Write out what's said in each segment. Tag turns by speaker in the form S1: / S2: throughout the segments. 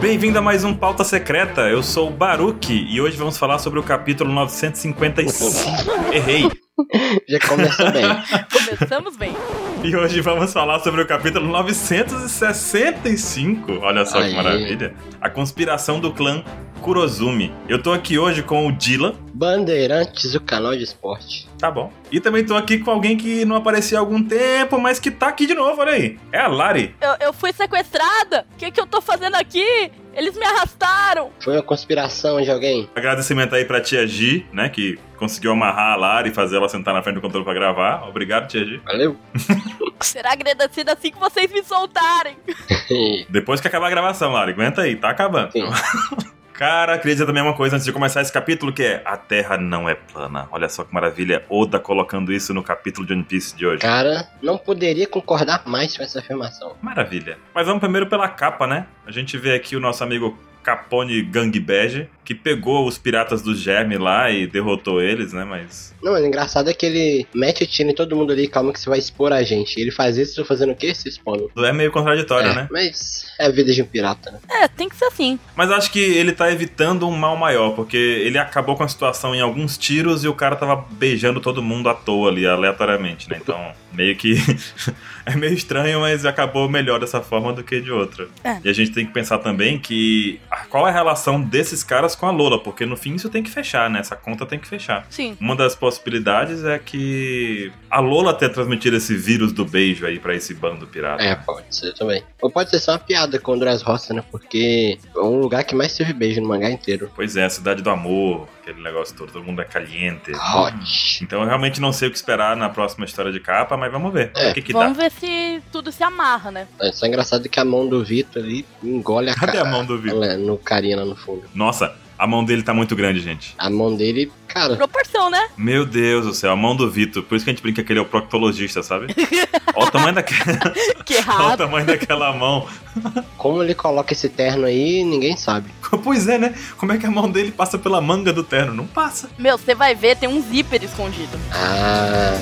S1: Bem-vindo a mais um Pauta Secreta. Eu sou o Baruque e hoje vamos falar sobre o capítulo 955. Errei.
S2: Já começou bem.
S3: Começamos bem.
S1: E hoje vamos falar sobre o capítulo 965. Olha só
S2: Aí.
S1: que maravilha. A conspiração do clã Kurozumi. Eu tô aqui hoje com o Dila.
S2: Bandeirantes, o canal de esporte.
S1: Tá bom. E também tô aqui com alguém que não aparecia há algum tempo, mas que tá aqui de novo, olha aí. É a Lari.
S3: Eu, eu fui sequestrada. O que, que eu tô fazendo aqui? Eles me arrastaram.
S2: Foi uma conspiração de alguém?
S1: Agradecimento aí pra tia Gi, né, que conseguiu amarrar a Lari e fazer ela sentar na frente do controle pra gravar. Obrigado, tia Gi.
S2: Valeu.
S3: Será agradecida assim que vocês me soltarem.
S1: Depois que acabar a gravação, Lari, aguenta aí, tá acabando.
S2: Sim.
S1: Cara, queria dizer também uma coisa antes de começar esse capítulo, que é A Terra não é plana. Olha só que maravilha. Oda colocando isso no capítulo de One Piece de hoje.
S2: Cara, não poderia concordar mais com essa afirmação.
S1: Maravilha. Mas vamos primeiro pela capa, né? A gente vê aqui o nosso amigo Capone Gangbege, que pegou os piratas do germe lá e derrotou eles, né? Mas.
S2: Não, mas o engraçado é que ele mete o tiro em todo mundo ali, calma que você vai expor a gente. Ele faz isso fazendo o quê? Se expondo.
S1: É meio contraditório,
S2: é,
S1: né?
S2: Mas é a vida de um pirata, né?
S3: É, tem que ser assim.
S1: Mas acho que ele tá evitando um mal maior, porque ele acabou com a situação em alguns tiros e o cara tava beijando todo mundo à toa ali, aleatoriamente, né? Então, meio que. é meio estranho, mas acabou melhor dessa forma do que de outra.
S3: É.
S1: E a gente tem que pensar também que. ah, Qual é a relação desses caras com a Lola? Porque no fim isso tem que fechar, né? Essa conta tem que fechar.
S3: Sim.
S1: Uma das possibilidades é que a Lola tenha transmitido esse vírus do beijo aí pra esse bando pirata.
S2: É, pode ser também. Ou pode ser só uma piada com o Dress Roça, né? Porque é um lugar que mais teve beijo no mangá inteiro.
S1: Pois é, Cidade do Amor, aquele negócio todo, todo mundo é caliente.
S2: Ah, Hot.
S1: Então eu realmente não sei o que esperar na próxima história de capa, mas vamos ver.
S2: É.
S1: O que que dá?
S3: Vamos ver se tudo se amarra, né?
S2: É só engraçado que a mão do Vitor ali engole a
S1: Cadê
S2: cara.
S1: a mão do Vitor?
S2: Ela- No carinha lá no fundo.
S1: Nossa, a mão dele tá muito grande, gente.
S2: A mão dele, cara,
S3: Proporção, né?
S1: Meu Deus do céu, a mão do Vitor. Por isso que a gente brinca que ele é o proctologista, sabe? Olha o tamanho, daque...
S3: Que
S1: Olha o
S3: errado.
S1: tamanho daquela mão.
S2: Como ele coloca esse terno aí, ninguém sabe.
S1: Pois é, né? Como é que a mão dele passa pela manga do terno? Não passa.
S3: Meu, você vai ver, tem um zíper escondido.
S2: Ah,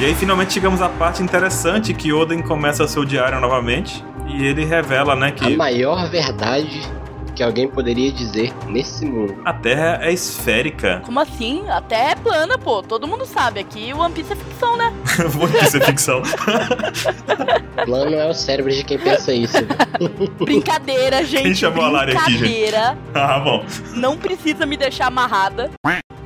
S1: E aí finalmente chegamos à parte interessante que Oden começa seu diário novamente. E ele revela, né,
S2: a
S1: que
S2: maior verdade que alguém poderia dizer nesse mundo.
S1: a Terra é esférica.
S3: Como assim? Até é plana, pô. Todo mundo sabe aqui. One Piece é ficção, né?
S1: Vou dizer ficção.
S2: Plano é o cérebro de quem pensa isso. viu?
S3: Brincadeira, gente.
S1: chamou a Lari aqui, gente?
S3: Brincadeira.
S1: ah, bom.
S3: Não precisa me deixar amarrada.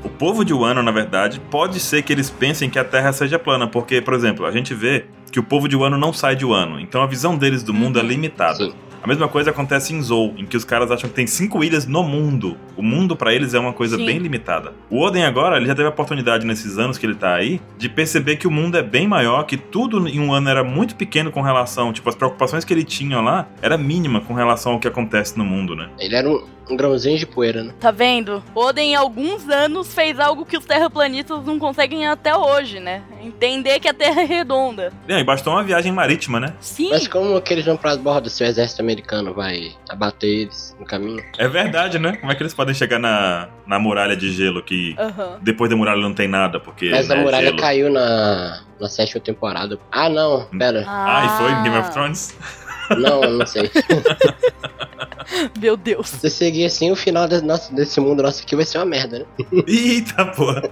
S1: O povo de Wano, na verdade, pode ser que eles pensem que a Terra seja plana, porque, por exemplo, a gente vê que o povo de Wano não sai de Wano, então a visão deles do mundo é limitada.
S2: Sim.
S1: A mesma coisa acontece em Zou, em que os caras acham que tem cinco ilhas no mundo. O mundo pra eles é uma coisa
S3: Sim.
S1: bem limitada. O Oden agora, ele já teve a oportunidade nesses anos que ele tá aí de perceber que o mundo é bem maior, que tudo em um ano era muito pequeno com relação, tipo, as preocupações que ele tinha lá era mínima com relação ao que acontece no mundo, né?
S2: Ele era um, um grãozinho de poeira, né?
S3: Tá vendo? Oden, em alguns anos, fez algo que os terraplanistas não conseguem até hoje, né? Entender que a Terra é redonda.
S1: E aí, bastou uma viagem marítima, né?
S3: Sim,
S2: Mas como que eles vão pras bordas se o exército americano vai abater eles no caminho?
S1: É verdade, né? Como é que eles podem chegar na, na muralha de gelo que
S3: Aham.
S1: depois da muralha não tem nada, porque.
S2: Mas a
S1: né,
S2: muralha
S1: gelo.
S2: caiu na, na sétima temporada. Ah, não,
S3: Hum.
S2: pera.
S1: Ah, e foi Game of Thrones?
S2: Não, eu não sei.
S3: Meu Deus.
S2: Se seguir assim, o final desse, nosso- desse mundo nosso aqui vai ser uma merda, né?
S1: Eita porra!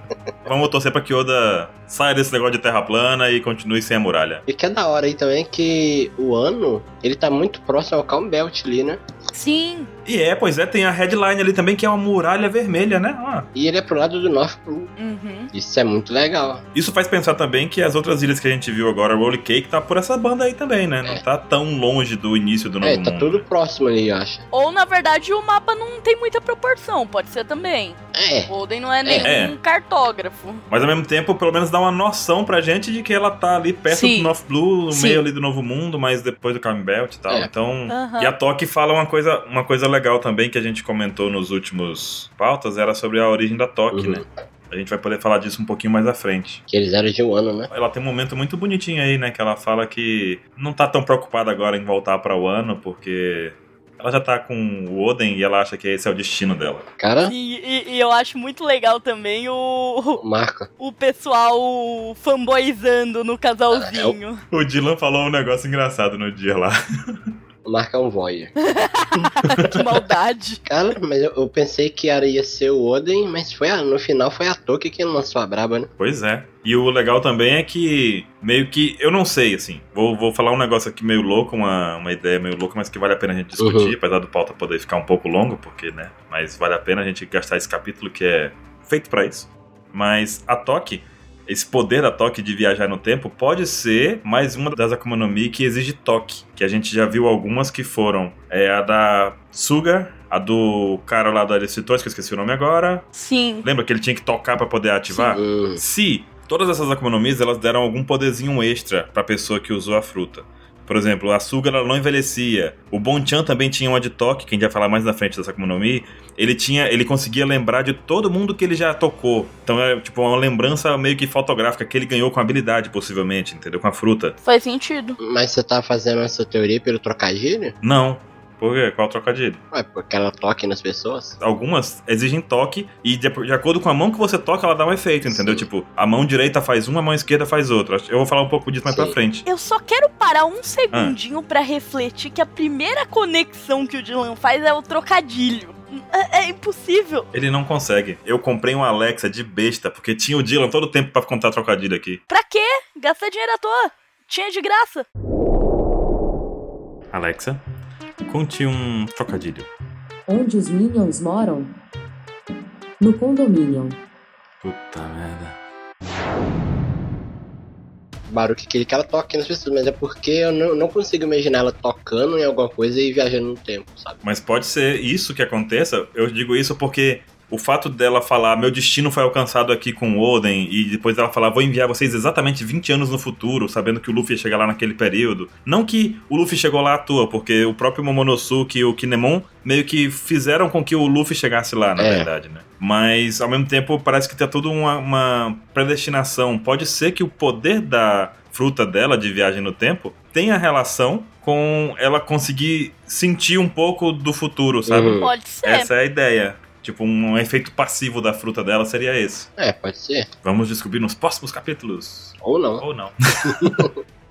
S1: Vamos torcer pra que Oda saia desse negócio de terra plana e continue sem a muralha.
S2: E que é da hora aí também que o ano, ele tá muito próximo ao Calm Belt ali, né?
S3: Sim,
S1: E é, pois é, tem a headline ali também, que é uma muralha vermelha, né? Ah,
S2: E ele é pro lado do North Pole.
S3: uhum.
S2: Isso é muito legal.
S1: isso faz pensar também que as outras ilhas que a gente viu agora, Roll Cake, tá por essa banda aí também, né? Não tá tão longe do início do novo
S2: é, tá
S1: mundo.
S2: tudo próximo ali, eu acho.
S3: Ou na verdade, o mapa não tem muita proporção, pode ser também.
S2: É.
S3: Oden não é nenhum
S1: É.
S3: cartógrafo.
S1: Mas ao mesmo tempo, pelo menos dá uma noção pra gente de que ela tá ali perto
S3: Sim.
S1: do North Blue, no
S3: Sim.
S1: meio ali do Novo Mundo, mas depois do Carmen Belt e tal.
S2: É.
S1: Então.
S3: Aham.
S1: E a Toque fala uma coisa, uma coisa legal também que a gente comentou nos últimos pautas, era sobre a origem da Toque,
S2: Uhum.
S1: né? A gente vai poder falar disso um pouquinho mais à frente.
S2: Que eles eram de um ano, né?
S1: Ela tem um momento muito bonitinho aí, né? Que ela fala que não tá tão preocupada agora em voltar pra Wano, porque ela já tá com o Oden e ela acha que esse é o destino dela.
S2: Cara,
S3: E, e- e eu acho muito legal também o,
S2: marca.
S3: o pessoal fanboyzando no casalzinho.
S1: O Dylan falou um negócio engraçado no dia lá.
S2: Marca é um voyeur.
S3: que maldade.
S2: Cara, mas eu, eu pensei que era, ia ser o Oden, mas foi a- no final foi a Toque que lançou a braba, né?
S1: Pois é. E o legal também é que meio que. Eu não sei, assim. Vou, vou falar um negócio aqui meio louco, uma, uma ideia meio louca, mas que vale a pena a gente discutir,
S2: Uhum.
S1: apesar do pauta poder ficar um pouco longo, porque, né? Mas vale a pena a gente gastar esse capítulo que é feito pra isso. Mas a Toque, esse poder da Toque de viajar no tempo, pode ser mais uma das Akuma no Mi que exige toque. Que a gente já viu algumas que foram é, a da Suga, a do cara lá da Elicitões, que eu esqueci o nome agora.
S3: Sim.
S1: Lembra que ele tinha que tocar pra poder ativar?
S2: Hum,
S1: Se todas essas economias elas deram algum poderzinho extra pra pessoa que usou a fruta. Por exemplo, a Suga ela não envelhecia. O Bonchan também tinha uma de toque, que a gente vai falar mais na frente dessa economia. Ele tinha, ele conseguia lembrar de todo mundo que ele já tocou. Então é tipo uma lembrança meio que fotográfica que ele ganhou com habilidade, possivelmente, entendeu? Com a fruta.
S3: Faz sentido.
S2: mas você tá fazendo essa teoria pelo trocadilho?
S1: Não. Por quê? Qual a trocadilho?
S2: Ué, porque ela toque nas pessoas?
S1: Algumas exigem toque e de, de acordo com a mão que você toca, ela dá um efeito, entendeu?
S2: Sim.
S1: Tipo, a mão direita faz uma, a mão esquerda faz outra. Eu vou falar um pouco disso mais pra
S2: Sim.
S1: frente.
S3: Eu só quero parar um segundinho pra refletir que a primeira conexão que o Dylan faz é o trocadilho. É, é impossível.
S1: Ele não consegue. Eu comprei um Alexa de besta, porque tinha o Dylan todo o tempo pra contar trocadilho aqui.
S3: Pra quê? Gastar dinheiro à toa. Tinha de graça.
S1: Alexa, conte um trocadilho.
S4: Onde os Minions moram? No condomínio.
S1: Puta merda.
S2: Baruque queria que ela toque nas pessoas, mas é porque eu não, não consigo imaginar ela tocando em alguma coisa e viajando no tempo, sabe?
S1: Mas pode ser isso que aconteça. Eu digo isso porque o fato dela falar meu destino foi alcançado aqui com o Oden e depois ela falar vou enviar vocês exatamente 20 anos no futuro, sabendo que o Luffy ia chegar lá naquele período. Não que o Luffy chegou lá à toa, porque o próprio Momonosuke e o Kinemon meio que fizeram com que o Luffy chegasse lá, na
S2: É.
S1: verdade, né? Mas ao mesmo tempo parece que tem toda uma, uma predestinação. Pode ser que o poder da fruta dela de viagem no tempo tenha relação com ela conseguir sentir um pouco do futuro, sabe?
S2: Uhum.
S3: Pode ser.
S1: Essa é a ideia. Tipo, um efeito passivo da fruta dela seria esse.
S2: É, pode ser.
S1: Vamos descobrir nos próximos capítulos.
S2: Ou não.
S1: Ou não.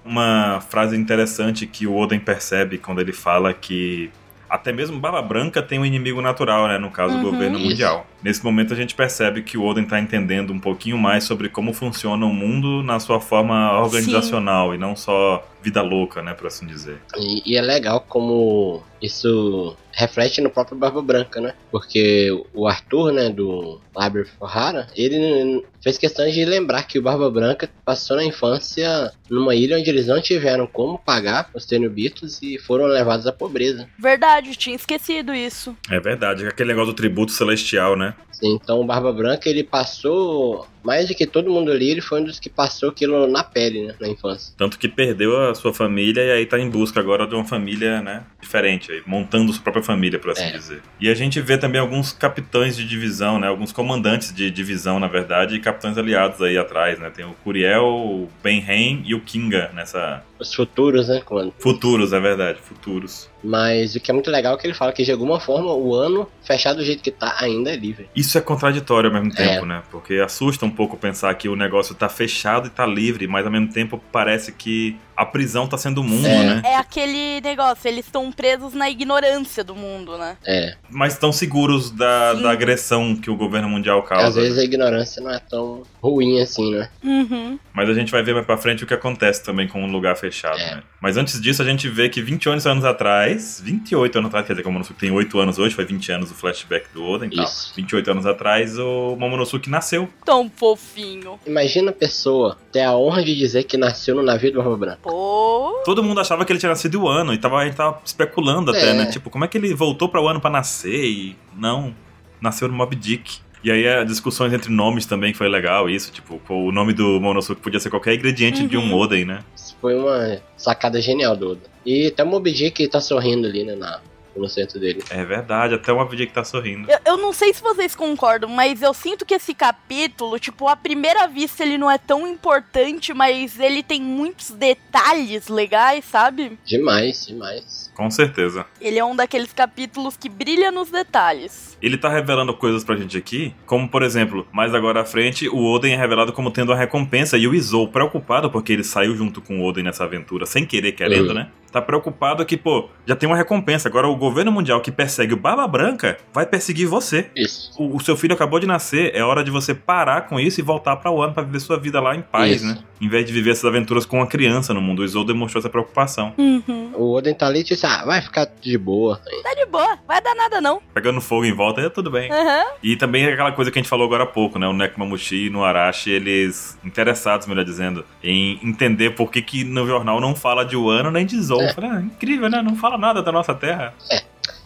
S1: Uma frase interessante que o Oden percebe quando ele fala que até mesmo Barba Branca tem um inimigo natural, né? No caso,
S3: Uhum.
S1: o governo
S2: Isso.
S1: mundial. Nesse momento, a gente percebe que o Oden tá entendendo um pouquinho mais sobre como funciona o mundo na sua forma organizacional e não só vida louca, né? Por assim dizer.
S2: E, e é legal como isso reflete no próprio Barba Branca, né? Porque o Arthur, né, do Labyrinth of Hara, ele n- fez questão de lembrar que o Barba Branca passou na infância numa ilha onde eles não tiveram como pagar os tenubitos e foram levados à pobreza.
S3: Verdade, tinha esquecido isso.
S1: É verdade. Aquele negócio do tributo celestial, né?
S2: Sim, Então o Barba Branca, ele passou, mais do que todo mundo ali, ele foi um dos que passou aquilo na pele, né, na infância.
S1: Tanto que perdeu a sua família e aí tá em busca agora de uma família, né? Diferente aí, montando sua própria família, por assim
S2: É.
S1: dizer. E a gente vê também alguns capitães de divisão, né? Alguns comandantes de divisão, na verdade, e capitães aliados aí atrás, né? Tem o Curiel, o Ben e o Kinga nessa.
S2: Os futuros, né, quando
S1: Futuros, é verdade, futuros.
S2: Mas o que é muito legal é que ele fala que de alguma forma o ano, fechado do jeito que tá, ainda é livre.
S1: Isso é contraditório ao mesmo
S2: É.
S1: tempo, né? Porque assusta um pouco pensar que o negócio tá fechado e tá livre, mas ao mesmo tempo parece que a prisão tá sendo o mundo,
S2: É.
S1: né?
S3: É aquele negócio, eles estão presos na ignorância do mundo, né?
S2: É.
S1: Mas estão seguros da,
S3: Sim.
S1: da agressão que o governo mundial causa. né?
S2: Às vezes a ignorância não é tão ruim assim, né?
S3: Uhum.
S1: Mas a gente vai ver mais pra frente o que acontece também com um lugar fechado,
S2: É.
S1: né? Mas antes disso, a gente vê que 28 anos atrás, 28 anos atrás, quer dizer, como o Momonosuke tem 8 anos hoje, foi 20 anos o flashback do Oden e tal.
S2: Isso.
S1: 28 anos atrás, o Momonosuke nasceu.
S3: Tão fofinho.
S2: Imagina a pessoa ter a honra de dizer que nasceu no navio do Barba Branca.
S3: Pô.
S1: Todo mundo achava que ele tinha nascido o ano e tava, a gente tava especulando até,
S2: É.
S1: né? Tipo, como é que ele voltou pra o ano pra nascer e não nasceu no Mob Dick. E aí as discussões entre nomes também que foi legal isso, tipo, pô, o nome do Monosuke podia ser qualquer ingrediente de um
S3: Uhum.
S1: Oden, né?
S2: Isso foi uma sacada genial do Oda. E até o Mob Dick tá sorrindo ali, né, na, no centro dele.
S1: É verdade, até o Mob Dick tá sorrindo.
S3: Eu, eu não sei se vocês concordam, mas eu sinto que esse capítulo, tipo, à primeira vista ele não é tão importante, mas ele tem muitos detalhes legais, sabe?
S2: Demais, demais.
S1: Com certeza.
S3: Ele é um daqueles capítulos que brilha nos detalhes.
S1: Ele tá revelando coisas pra gente aqui, como por exemplo, mais agora à frente, o Oden é revelado como tendo uma recompensa e o Izou, preocupado porque ele saiu junto com o Oden nessa aventura, sem querer, querendo,
S2: Uhum.
S1: né? Tá preocupado que, pô, já tem uma recompensa. Agora o governo mundial que persegue o Barba Branca vai perseguir você.
S2: Isso.
S1: O, o seu filho acabou de nascer, é hora de você parar com isso e voltar pra Wano pra viver sua vida lá em paz,
S2: Isso.
S1: né? Em vez de viver essas aventuras com uma criança no mundo, o Izou demonstrou essa preocupação.
S3: Uhum.
S2: O Oden tá ali e disse, ah, vai ficar de boa.
S3: Tá de boa, vai dar nada não.
S1: Pegando fogo em volta, é tudo bem.
S3: Aham.
S1: E também é aquela coisa que a gente falou agora há pouco, né? O Nekomamushi e o Arashi, eles interessados, melhor dizendo, em entender por que, que no jornal não fala de Wano nem de Zou.
S2: É.
S1: Eu falei, Ah, incrível, né? Não fala nada da nossa terra.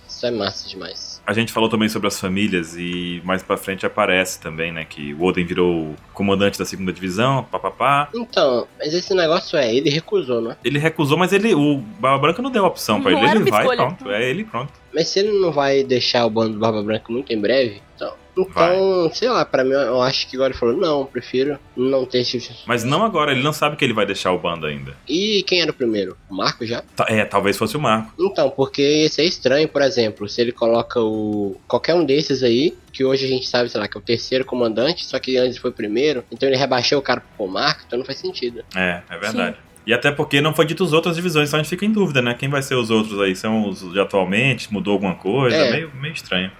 S2: Isso é massa demais.
S1: A gente falou também sobre as famílias e mais pra frente aparece também, né? Que o Oden virou comandante da segunda divisão, papapá.
S2: Então, mas esse negócio é, ele recusou, né?
S1: Ele recusou, mas ele o Barba Branca não deu opção pra
S3: Não
S1: ele.
S3: era
S1: Ele
S3: uma
S1: vai,
S3: escolha.
S1: pronto. É ele, pronto.
S2: Mas se ele não vai deixar o bando do Barba Branca muito em breve, então... Então, sei lá, pra mim, eu acho que agora ele falou, não, prefiro não ter chifre.
S1: Mas não agora, ele não sabe que ele vai deixar o bando ainda.
S2: E quem era o primeiro? O Marco já?
S1: Ta- É, talvez fosse o Marco.
S2: Então, porque ia ser estranho, por exemplo, se ele coloca o. qualquer um desses aí, que hoje a gente sabe, sei lá, que é o terceiro comandante, só que antes foi o primeiro, então ele rebaixou o cara pro Marco, então não faz sentido.
S1: É, é verdade. E até porque não foi dito os outras divisões, então a gente fica em dúvida, né? Quem vai ser os outros aí? São os de atualmente? Mudou alguma coisa?
S2: É.
S1: Meio, meio estranho.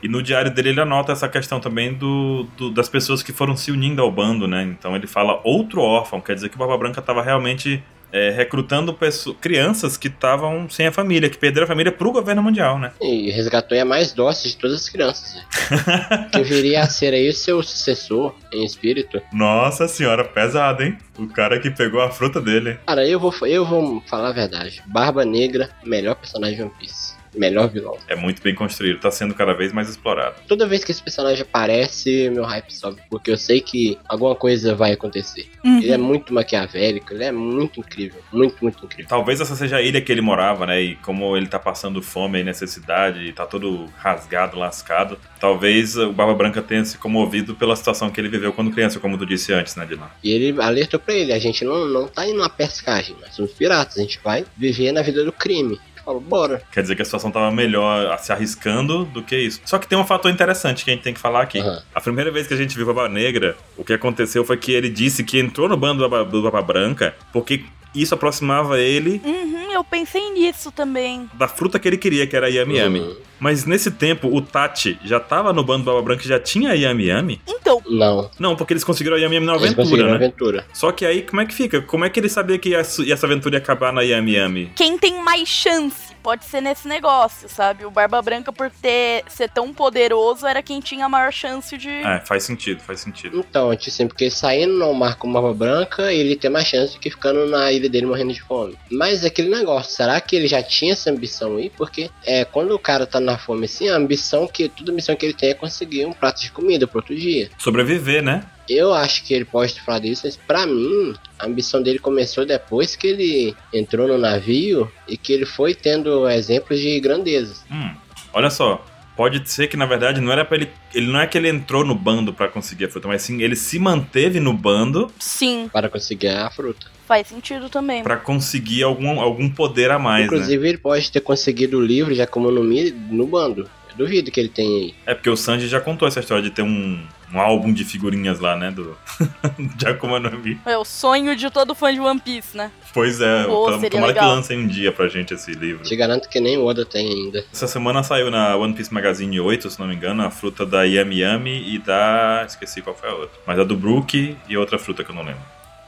S1: E no diário dele ele anota essa questão também do, do- das pessoas que foram se unindo ao bando, né? Então ele fala outro órfão, quer dizer que o Barba Branca estava realmente é, recrutando pesso- crianças que estavam sem a família, que perderam a família pro governo mundial, né?
S2: E resgatou é a mais dócil de todas as crianças. né? que viria a ser aí o seu sucessor em espírito.
S1: Nossa senhora, pesado, hein? O cara que pegou a fruta dele.
S2: Cara, eu vou, eu vou falar a verdade. Barba Negra, melhor personagem de One Piece. Melhor vilão.
S1: É muito bem construído, tá sendo cada vez mais explorado.
S2: Toda vez que esse personagem aparece, meu hype sobe, porque eu sei que alguma coisa vai acontecer. Ele é
S3: Uhum.
S2: muito maquiavélico, ele é muito incrível. Muito, muito incrível.
S1: Talvez essa seja a ilha que ele morava, né? E como ele tá passando fome e necessidade, e tá todo rasgado, lascado, talvez o Barba Branca tenha se comovido pela situação que ele viveu quando criança, como tu disse antes, né, Dylan?
S2: E ele alertou pra ele: a gente não, não tá indo na pescagem, nós somos piratas, a gente vai viver na vida do crime. Ele Falou, bora.
S1: Quer dizer que a situação tava melhor a- se arriscando do que isso. Só que tem um fator interessante que a gente tem que falar aqui.
S2: Aham.
S1: A primeira vez que a gente viu Barba Negra, o que aconteceu foi que ele disse que entrou no bando do Barba, do Barba Branca porque isso aproximava ele
S3: Uhum, eu pensei nisso também.
S1: da fruta que ele queria, que era a Yami Yami.
S2: Hum,
S1: Mas nesse tempo, o Tati já tava no bando do Barba Branca e já tinha a Yami Yami?
S3: Então,
S2: Não,
S1: Não, porque eles conseguiram a Yami Yami na
S2: eles
S1: aventura,
S2: conseguiram
S1: né?
S2: a aventura.
S1: Só que aí, como é que fica? Como é que ele sabia que ia- essa aventura ia acabar na Yami Yami?
S3: quem tem mais chance pode ser nesse negócio, sabe? O Barba Branca, por ter, ser tão poderoso, era quem tinha a maior chance de.
S1: É, faz sentido, faz sentido.
S2: Então, tipo assim, porque saindo no mar com Barba Branca, ele tem mais chance do que ficando na ilha dele morrendo de fome. Mas é aquele negócio, será que ele já tinha essa ambição aí? Porque é, quando o cara tá na fome assim, a ambição que. Toda ambição que ele tem é conseguir um prato de comida pro outro dia.
S1: Sobreviver, né?
S2: Eu acho que ele pode ter falado isso, mas pra mim, a ambição dele começou depois que ele entrou no navio e que ele foi tendo exemplos de grandezas.
S1: Hum, olha só. Pode ser que, na verdade, não era pra ele. Ele não é que ele entrou no bando pra conseguir a fruta, mas sim ele se manteve no bando
S3: Sim,
S2: Para conseguir a fruta.
S3: faz sentido também.
S1: pra conseguir algum, algum poder a mais, né?
S2: Inclusive, ele pode ter conseguido o livro já como no, mi- no bando. Eu duvido que ele tenha aí.
S1: É porque o Sanji já contou essa história de ter um, um álbum de figurinhas lá, né? Do de Akuma no Mi.
S3: É o sonho de todo fã de One Piece, né?
S1: Pois é,
S3: Pô,
S1: tam-
S3: seria
S1: tomara que
S3: legal.
S1: lancem um dia pra gente esse livro.
S2: Te garanto que nem o Oda tem ainda.
S1: Essa semana saiu na One Piece Magazine 8, se não me engano, a fruta da Yami Yami e da. esqueci qual foi a outra. Mas a do Brook e outra fruta que eu não lembro.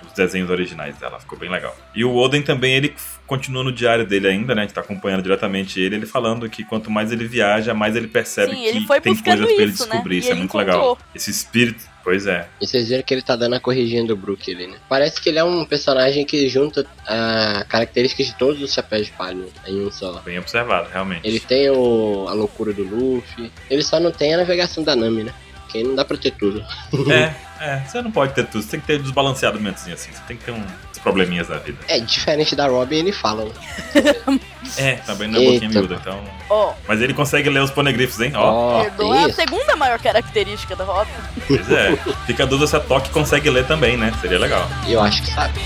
S1: Os desenhos originais dela, ficou bem legal. E o Oden também, ele f- continua no diário dele ainda, né? A gente tá acompanhando diretamente ele, ele falando que quanto mais ele viaja, mais ele percebe
S3: Sim,
S1: que
S3: ele foi
S1: tem
S3: buscando
S1: coisas pra ele
S3: isso, né?
S1: descobrir.
S3: E
S1: Isso é
S3: ele
S1: muito
S3: encontrou.
S1: legal. Esse espírito Pois é.
S2: E vocês viram que ele tá dando a corrigida do Brook ali, né? Parece que ele é um personagem que junta a características de todos os chapéus de palha em um só.
S1: Bem observado, realmente.
S2: Ele tem o, a loucura do Luffy. Ele só não tem a navegação da Nami, né? Porque aí não dá pra ter tudo.
S1: É, é. Você não pode ter tudo. Você tem que ter desbalanceamentozinho assim. Você tem que ter um- uns probleminhas na vida.
S2: É diferente da Robin, ele fala. né?
S1: É, também não é boquinha
S2: Eita.
S1: miúda, então...
S3: Ó,
S1: Mas ele consegue ler os ponegrifos, hein? Ó,
S2: Ó,
S3: perdoa
S2: tem
S3: é a
S2: isso.
S3: segunda maior característica da Robin.
S1: pois é. Fica a dúvida se a Toque consegue ler também, né? Seria legal.
S2: Eu acho que sabe.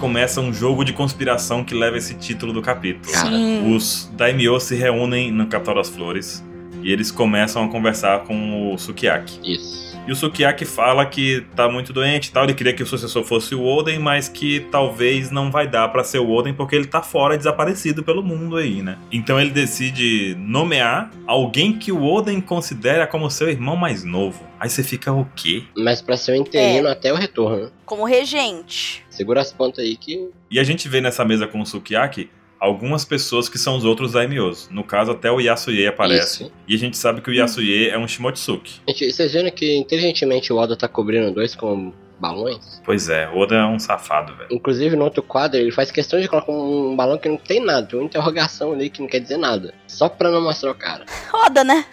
S1: Começa um jogo de conspiração que leva esse título do capítulo.
S2: Cara,
S3: Sim.
S1: Os Daimyo se reúnem no Capital das Flores e eles começam a conversar com o Sukiyaki.
S2: Isso.
S1: E o Sukiyaki fala que tá muito doente e tal, ele queria que o sucessor fosse o Oden, mas que talvez não vai dar pra ser o Oden porque ele tá fora, desaparecido pelo mundo aí, né? Então ele decide nomear alguém que o Oden considera como seu irmão mais novo. Aí você fica o quê?
S2: Mas pra ser um
S3: É.
S2: interino até o retorno. né?
S3: Como regente.
S2: Segura as pontas aí que.
S1: E a gente vê nessa mesa com o Sukiyaki algumas pessoas que são os outros Daimyos. No caso, até o Yasuye aparece.
S2: Isso.
S1: E a gente sabe que o Yasuye é um Shimotsuki.
S2: Gente, vocês viram que inteligentemente o Oda tá cobrindo dois com balões?
S1: Pois é, Oda é um safado, velho.
S2: Inclusive no outro quadro ele faz questão de colocar um balão que não tem nada, uma interrogação ali que não quer dizer nada. Só pra não mostrar o cara.
S3: Roda, né?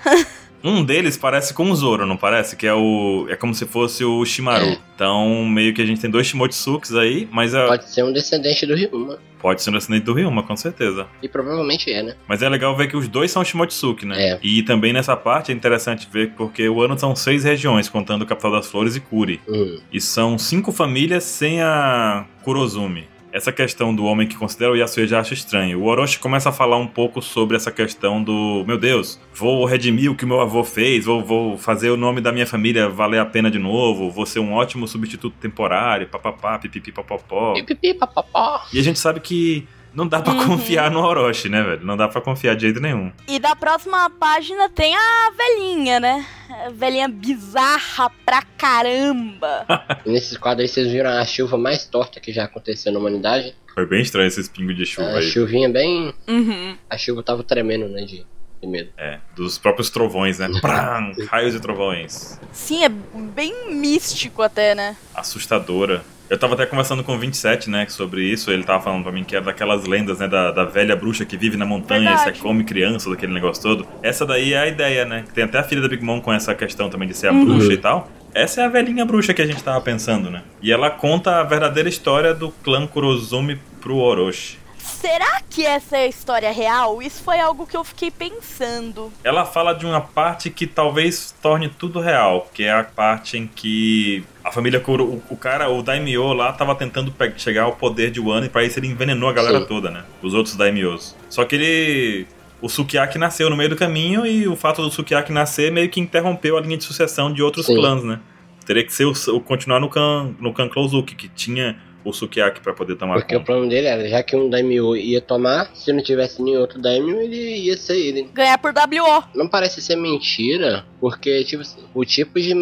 S1: Um deles parece com o Zoro, não parece? Que é o. É como se fosse o Shimaru.
S2: É.
S1: Então, meio que a gente tem dois Shimotsukis aí, mas é- pode.
S2: Pode ser um descendente do Ryuma.
S1: ser um ascendente do Ryuma, com certeza.
S2: E provavelmente é, né?
S1: Mas é legal ver que os dois são Shimotsuki, né?
S2: É.
S1: E também nessa parte é interessante ver, porque o ano são seis regiões, contando o Capital das Flores e Kuri.
S2: Hum.
S1: E são cinco famílias sem a Kurozumi. Essa questão do homem que considera o Yasuo já acho estranho. O Orochi começa a falar um pouco sobre essa questão do... Meu Deus, vou redimir o que meu avô fez, vou, vou fazer o nome da minha família valer a pena de novo, vou ser um ótimo substituto temporário, papapá, pipipi, papapó.
S2: Pipipi, papapó.
S1: E a gente sabe que não dá pra
S3: Uhum.
S1: confiar no Orochi, né, velho? Não dá pra confiar de jeito nenhum.
S3: E da próxima página tem a velhinha, né? A velhinha bizarra pra caramba.
S2: E Nesses quadros aí vocês viram a chuva mais torta que já aconteceu na humanidade.
S1: Foi bem estranho esse espingo de chuva
S2: a
S1: aí.
S2: chuvinha bem.
S3: Uhum.
S2: A chuva tava tremendo, né? De, de medo.
S1: É, dos próprios trovões, né? Pram, raios e trovões.
S3: Sim, é bem místico até, né?
S1: assustadora. Eu tava até conversando com o 27, né, sobre isso. Ele tava falando pra mim que era daquelas lendas, né, da, da velha bruxa que vive na montanha, e
S3: Verdade.
S1: você come criança, daquele negócio todo. Essa daí é a ideia, né? que Tem até a filha da Big Mom com essa questão também de ser a
S3: Uhum.
S1: bruxa e tal. Essa é a velhinha bruxa que a gente tava pensando, né? E ela conta a verdadeira história do clã Kurozumi pro Orochi.
S3: Será que essa é a história real? Isso foi algo que eu fiquei pensando.
S1: Ela fala de uma parte que talvez torne tudo real, que é a parte em que a família Kuro, o, o cara, o Daimyo lá, tava tentando pe- chegar ao poder de Wano e pra isso ele envenenou a galera
S2: Sim.
S1: toda, né? Os outros Daimyos. Só que ele. O Sukiyaki nasceu no meio do caminho e o fato do Sukiyaki nascer meio que interrompeu a linha de sucessão de outros
S2: Sim.
S1: clãs, né? Teria que ser o, o- continuar no clã, no clã Clousuke, que tinha o Sukiyaki pra poder tomar
S2: Porque o
S1: conta.
S2: plano dele era, já que um Daimyo ia tomar, se não tivesse nenhum outro Daimyo, ele ia ser ele.
S3: Ganhar por WO.
S2: Não parece ser mentira, porque tipo, assim, o tipo de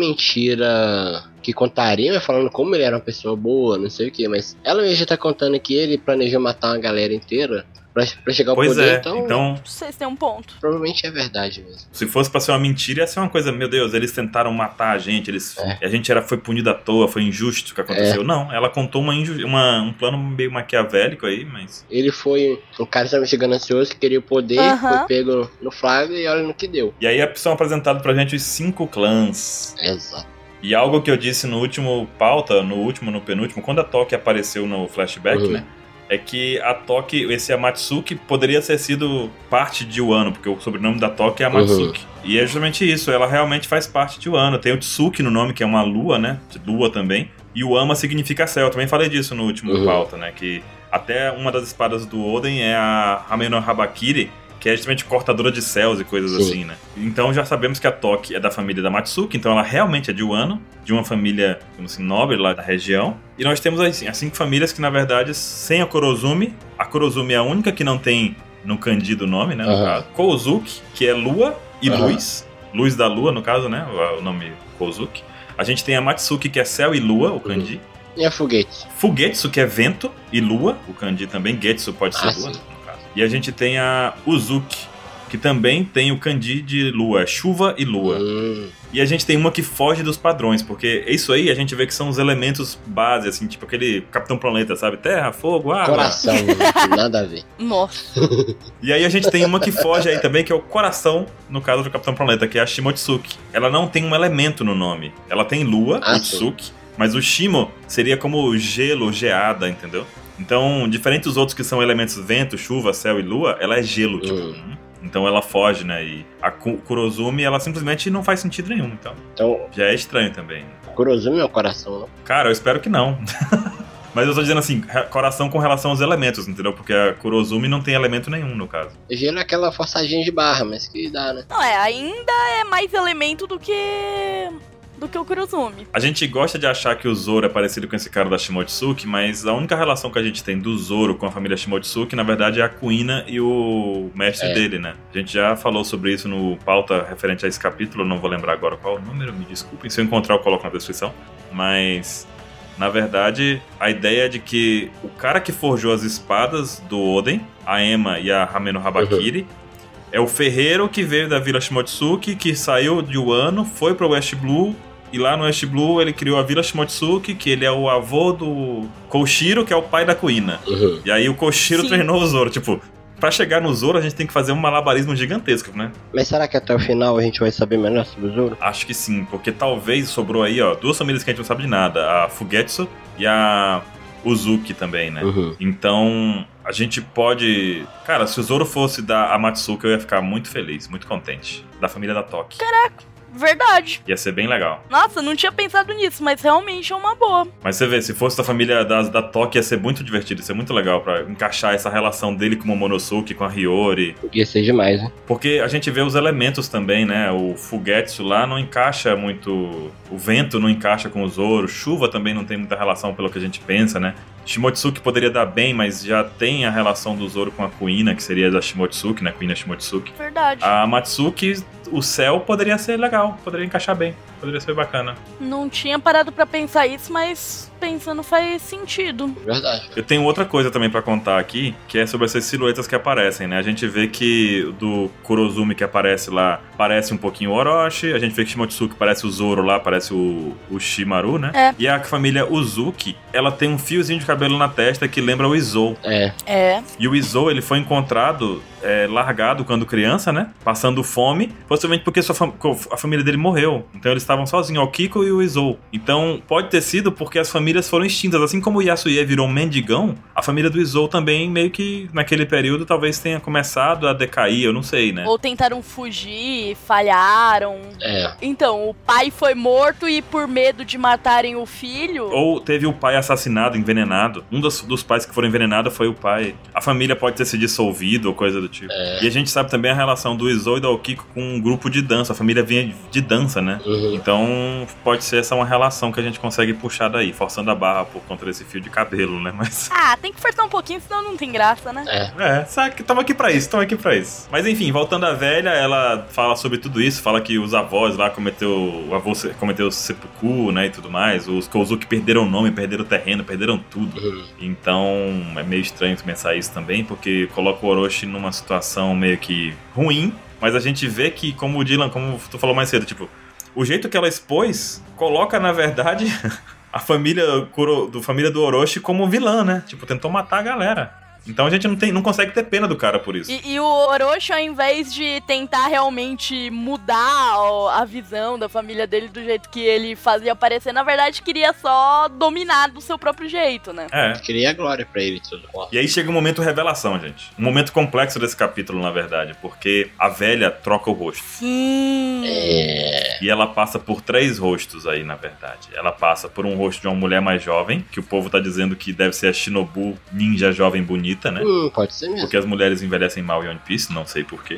S2: mentira que contariam é falando como ele era uma pessoa boa, não sei o que, mas ela mesmo já tá contando que ele planejou matar uma galera inteira pra, pra chegar ao
S1: Pois
S2: poder,
S1: é,
S2: então,
S1: então
S3: Vocês têm um ponto.
S2: provavelmente é verdade mesmo.
S1: Se fosse pra ser uma mentira, ia ser uma coisa, meu Deus, eles tentaram matar a gente, eles, a gente era, foi punido à toa, foi injusto o que aconteceu. Não, ela contou uma, inju- uma- um plano meio maquiavélico aí, mas.
S2: Ele foi um cara que tava chegando ansioso, que queria o poder,
S3: Aham.
S2: foi pego no flagra e olha no que deu.
S1: E aí são apresentados pra gente os cinco clãs.
S2: Exato.
S1: E algo que eu disse no último pauta, no último, no penúltimo, quando a Toque apareceu no flashback,
S2: Uhum.
S1: né? É que a Toque, esse Amatsuki, poderia ter sido parte de Wano, porque o sobrenome da Toque
S2: Uhum.
S1: é Amatsuki. E é justamente isso, ela realmente faz parte de Wano. Tem o Tsuki no nome, que é uma lua, né? De Lua também. E o Ama significa céu. Eu também falei disso no último
S2: Uhum.
S1: pauta, né? Que até uma das espadas do Oden é a Hamenon Habakiri, que é justamente cortadora de céus e coisas
S2: Sim.
S1: assim, né? Então já sabemos que a Toki é da família da Matsuki, então ela realmente é de Wano, de uma família, como assim, nobre lá da região. E nós temos assim, as cinco famílias que, na verdade, sem a Korozumi, a Korozumi é a única que não tem no Candido o nome, né? No
S2: Aham.
S1: caso. Kozuki, que é Lua e
S2: Aham.
S1: Luz. Luz da Lua, no caso, né? O- O nome Kozuki. A gente tem a Matsuki, que é Céu e Lua,
S2: Uhum.
S1: o Kandi.
S2: E a foguete?
S1: Fugetsu, que é vento, e lua, o kanji também, Getsu pode ser
S2: Ah,
S1: lua,
S2: sim.
S1: no caso. E a gente tem a Uzuki, que também tem o kanji de lua, é chuva e lua.
S2: Hum,
S1: E a gente tem uma que foge dos padrões, porque isso aí a gente vê que são os elementos base, assim, tipo aquele Capitão Planeta, sabe? Terra, fogo, água.
S2: coração, né? nada a ver.
S3: Nossa.
S1: E aí a gente tem uma que foge aí também, que é o coração, no caso do Capitão Planeta, que é a Shimotsuki. Ela não tem um elemento no nome. Ela tem lua,
S2: Ah,
S1: Utsuki, mas o Shimo seria como gelo, geada, entendeu? Então, diferente dos outros que são elementos vento, chuva, céu e lua, ela é gelo, tipo.
S2: Hum.
S1: hum. Então ela foge, né? E a Ku- Kurozumi, ela simplesmente não faz sentido nenhum, então.
S2: Então,
S1: Já é estranho também.
S2: Kurozumi é o coração, não?
S1: Cara, eu espero que não. Mas eu tô dizendo assim, re- coração com relação aos elementos, entendeu? Porque a Kurozumi não tem elemento nenhum, no caso.
S2: Gelo é aquela forçadinha de barra, mas que dá, né?
S3: Não, é, ainda é mais elemento do que. do que o Kurozumi.
S1: A gente gosta de achar que o Zoro é parecido com esse cara da Shimotsuki, mas a única relação que a gente tem do Zoro com a família Shimotsuki, na verdade, é a Kuina e o mestre
S2: É.
S1: dele, né? A gente já falou sobre isso no pauta referente a esse capítulo, não vou lembrar agora qual o número, me desculpem. Se eu encontrar, eu coloco na descrição. Mas, na verdade, a ideia é de que o cara que forjou as espadas do Oden, a Ema e a Hameno Habakiri, é o ferreiro que veio da Vila Shimotsuki, que saiu de Wano, foi pro West Blue, e lá no West Blue ele criou a Vila Shimotsuki, que ele é o avô do Koshiro, que é o pai da Kuina.
S2: Uhum.
S1: E aí o Koshiro
S3: Sim.
S1: treinou o Zoro, tipo... Pra chegar no Zoro, a gente tem que fazer um malabarismo gigantesco, né?
S2: Mas será que até o final a gente vai saber melhor sobre o Zoro?
S1: Acho que sim, porque talvez sobrou aí, ó, duas famílias que a gente não sabe de nada. A Fugetsu e a Uzuki também, né?
S2: Uhum.
S1: Então, a gente pode... Cara, se o Zoro fosse da Amatsuki, eu ia ficar muito feliz, muito contente. Da família da Toki.
S3: Verdade.
S1: Ia ser bem legal.
S3: Nossa, não tinha pensado nisso, mas realmente é uma boa.
S1: Mas você vê, se fosse da família das, da Toki, ia ser muito divertido, ia ser muito legal pra encaixar essa relação dele com o Momonosuke, com a Hiyori.
S2: Ia ser demais, né?
S1: Porque a gente vê os elementos também, né? O Fugetsu lá não encaixa muito. O vento não encaixa com o Zoro. Chuva também não tem muita relação pelo que a gente pensa, né? Shimotsuki poderia dar bem, mas já tem a relação do Zoro com a Kuina, que seria da Shimotsuki, né? Kuina Shimotsuki.
S3: Verdade.
S1: A Matsuki, o céu poderia ser legal, poderia encaixar bem, poderia ser bacana.
S3: Não tinha parado pra pensar isso, mas pensando faz sentido.
S2: Verdade.
S1: Eu tenho outra coisa também pra contar aqui, que é sobre essas silhuetas que aparecem, né? A gente vê que o do Kurozumi que aparece lá parece um pouquinho o Orochi, a gente vê que Shimotsuki parece o Zoro lá, parece o, o Shimaru, né?
S3: É.
S1: E a família Uzuki, ela tem um fiozinho de cabelo na testa que lembra o Izou.
S2: É.
S3: É.
S1: E o Izou, ele foi encontrado é, largado quando criança, né? Passando fome, possivelmente porque sua fam- co- a família dele morreu. Então eles estavam sozinhos, o Kiko e o Izou. Então pode ter sido porque as famílias foram extintas. Assim como o Yasuye virou um mendigão, a família do Izou também meio que naquele período talvez tenha começado a decair, eu não sei, né?
S3: Ou tentaram fugir, falharam.
S2: É.
S3: Então, o pai foi morto e por medo de matarem o filho.
S1: Ou teve o pai assassinado, envenenado. Um dos, dos pais que foram envenenados foi o pai. A família pode ter se dissolvido ou coisa do tipo.
S2: É.
S1: E a gente sabe também a relação do Izou e do Aokiko com um grupo de dança. A família vinha de dança, né?
S2: Uhum.
S1: Então pode ser essa uma relação que a gente consegue puxar daí, forçando a barra por conta desse fio de cabelo, né? Mas.
S3: Ah, tem que forçar um pouquinho, senão não tem graça, né?
S2: É.
S1: É, sabe que estamos aqui pra isso, estamos aqui pra isso. Mas enfim, voltando à velha, ela fala sobre tudo isso, fala que os avós lá cometeu, o avô se- cometeu seppuku, né, e tudo mais. Os Kozuki perderam o nome, perderam o terreno, perderam tudo.
S2: Uhum.
S1: Então é meio estranho tu pensar isso também, porque coloca o Orochi numa situação meio que ruim, mas a gente vê que, como o Dylan, como tu falou mais cedo, tipo, o jeito que ela expôs coloca, na verdade, a família Kuro- do família do Orochi como vilã, né? Tipo, tentou matar a galera. Então a gente não, tem, não consegue ter pena do cara por isso.
S3: E, e o Orochi, ao invés de tentar realmente mudar o- a visão da família dele do jeito que ele fazia aparecer, na verdade queria só dominar do seu próprio jeito, né?
S1: É.
S2: Queria a glória pra ele, tudo. Ó.
S1: E aí chega um momento revelação, gente. Um momento complexo desse capítulo, na verdade, porque a velha troca o rosto.
S3: Sim.
S2: É.
S1: E ela passa por três rostos aí, na verdade. Ela passa por um rosto de uma mulher mais jovem, que o povo tá dizendo que deve ser a Shinobu ninja jovem bonita, né?
S2: Hum, pode ser mesmo.
S1: Porque as mulheres envelhecem mal em One Piece, não sei porquê.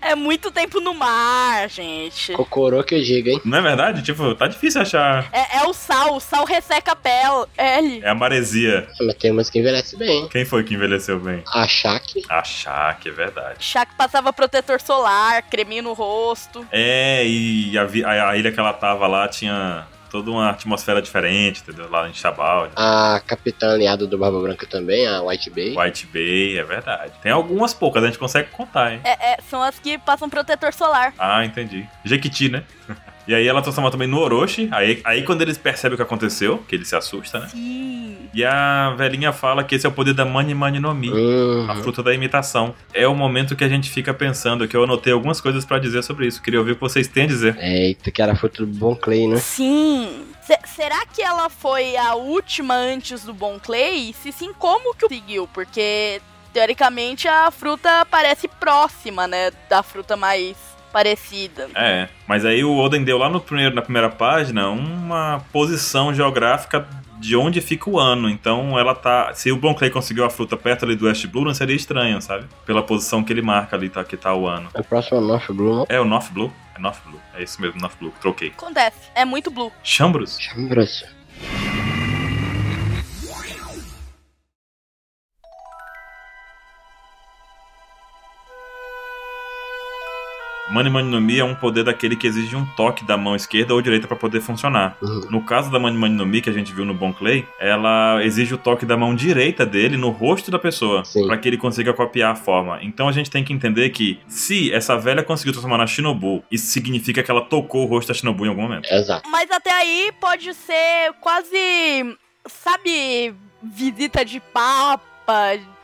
S3: É muito tempo no mar, gente.
S2: Cocorô que eu digo, hein?
S1: Não é verdade? Tipo, tá difícil achar.
S3: É, é o sal, o sal resseca a pele. Ele.
S1: É a maresia.
S2: Ah, Mas tem umas que envelhece bem, hein?
S1: Quem foi que envelheceu bem?
S2: A Shaq.
S1: Achar que é verdade.
S3: Chá que passava protetor solar, creminho no rosto.
S1: É, e a, vi- a- a ilha que ela tava lá tinha toda uma atmosfera diferente, entendeu? Lá em Chabaldi.
S2: A capitã aliada do Barba Branca também, a White Bay.
S1: White Bay, é verdade. Tem algumas poucas, a gente consegue contar, hein?
S3: É, é, são as que passam protetor solar.
S1: Ah, entendi. Jequiti, né? E aí ela transforma também no Orochi. Aí, aí quando eles percebem o que aconteceu, que ele se assusta, né?
S3: Sim.
S1: E a velhinha fala que esse é o poder da Mani Mani no Mi.
S2: Hum,
S1: A fruta da imitação. É o momento que a gente fica pensando, que eu anotei algumas coisas pra dizer sobre isso. Queria ouvir o que vocês têm a dizer.
S2: eita, que era fruto do Bon Clay, né?
S3: Sim. Se- será que ela foi a última antes do Bon Clay? Se sim, como que o seguiu? Porque, teoricamente, a fruta parece próxima, né? Da fruta mais parecida.
S1: É, mas aí o Oden deu lá no primeiro, na primeira página uma posição geográfica de onde fica o ano. Então ela tá. Se o Bon Clay conseguiu a fruta perto ali do West Blue, não seria estranho, sabe? Pela posição que ele marca ali, tá, que tá o ano.
S2: A próxima North Bloom.
S1: É o North Blue? É North Blue. É isso mesmo, North Blue. Troquei.
S3: Acontece. É muito blue.
S1: Chambros?
S2: Chambroso.
S1: Mani Mani no Mi é um poder daquele que exige um toque da mão esquerda ou direita pra poder funcionar.
S2: Uhum.
S1: No caso da Mani Mani no Mi, que a gente viu no Bon Clay, ela exige o toque da mão direita dele no rosto da pessoa,
S2: Sim.
S1: pra que ele consiga copiar a forma. Então a gente tem que entender que se essa velha conseguiu transformar na Shinobu, isso significa que ela tocou o rosto da Shinobu em algum momento.
S2: Exato.
S3: Mas até aí pode ser quase, sabe, visita de papa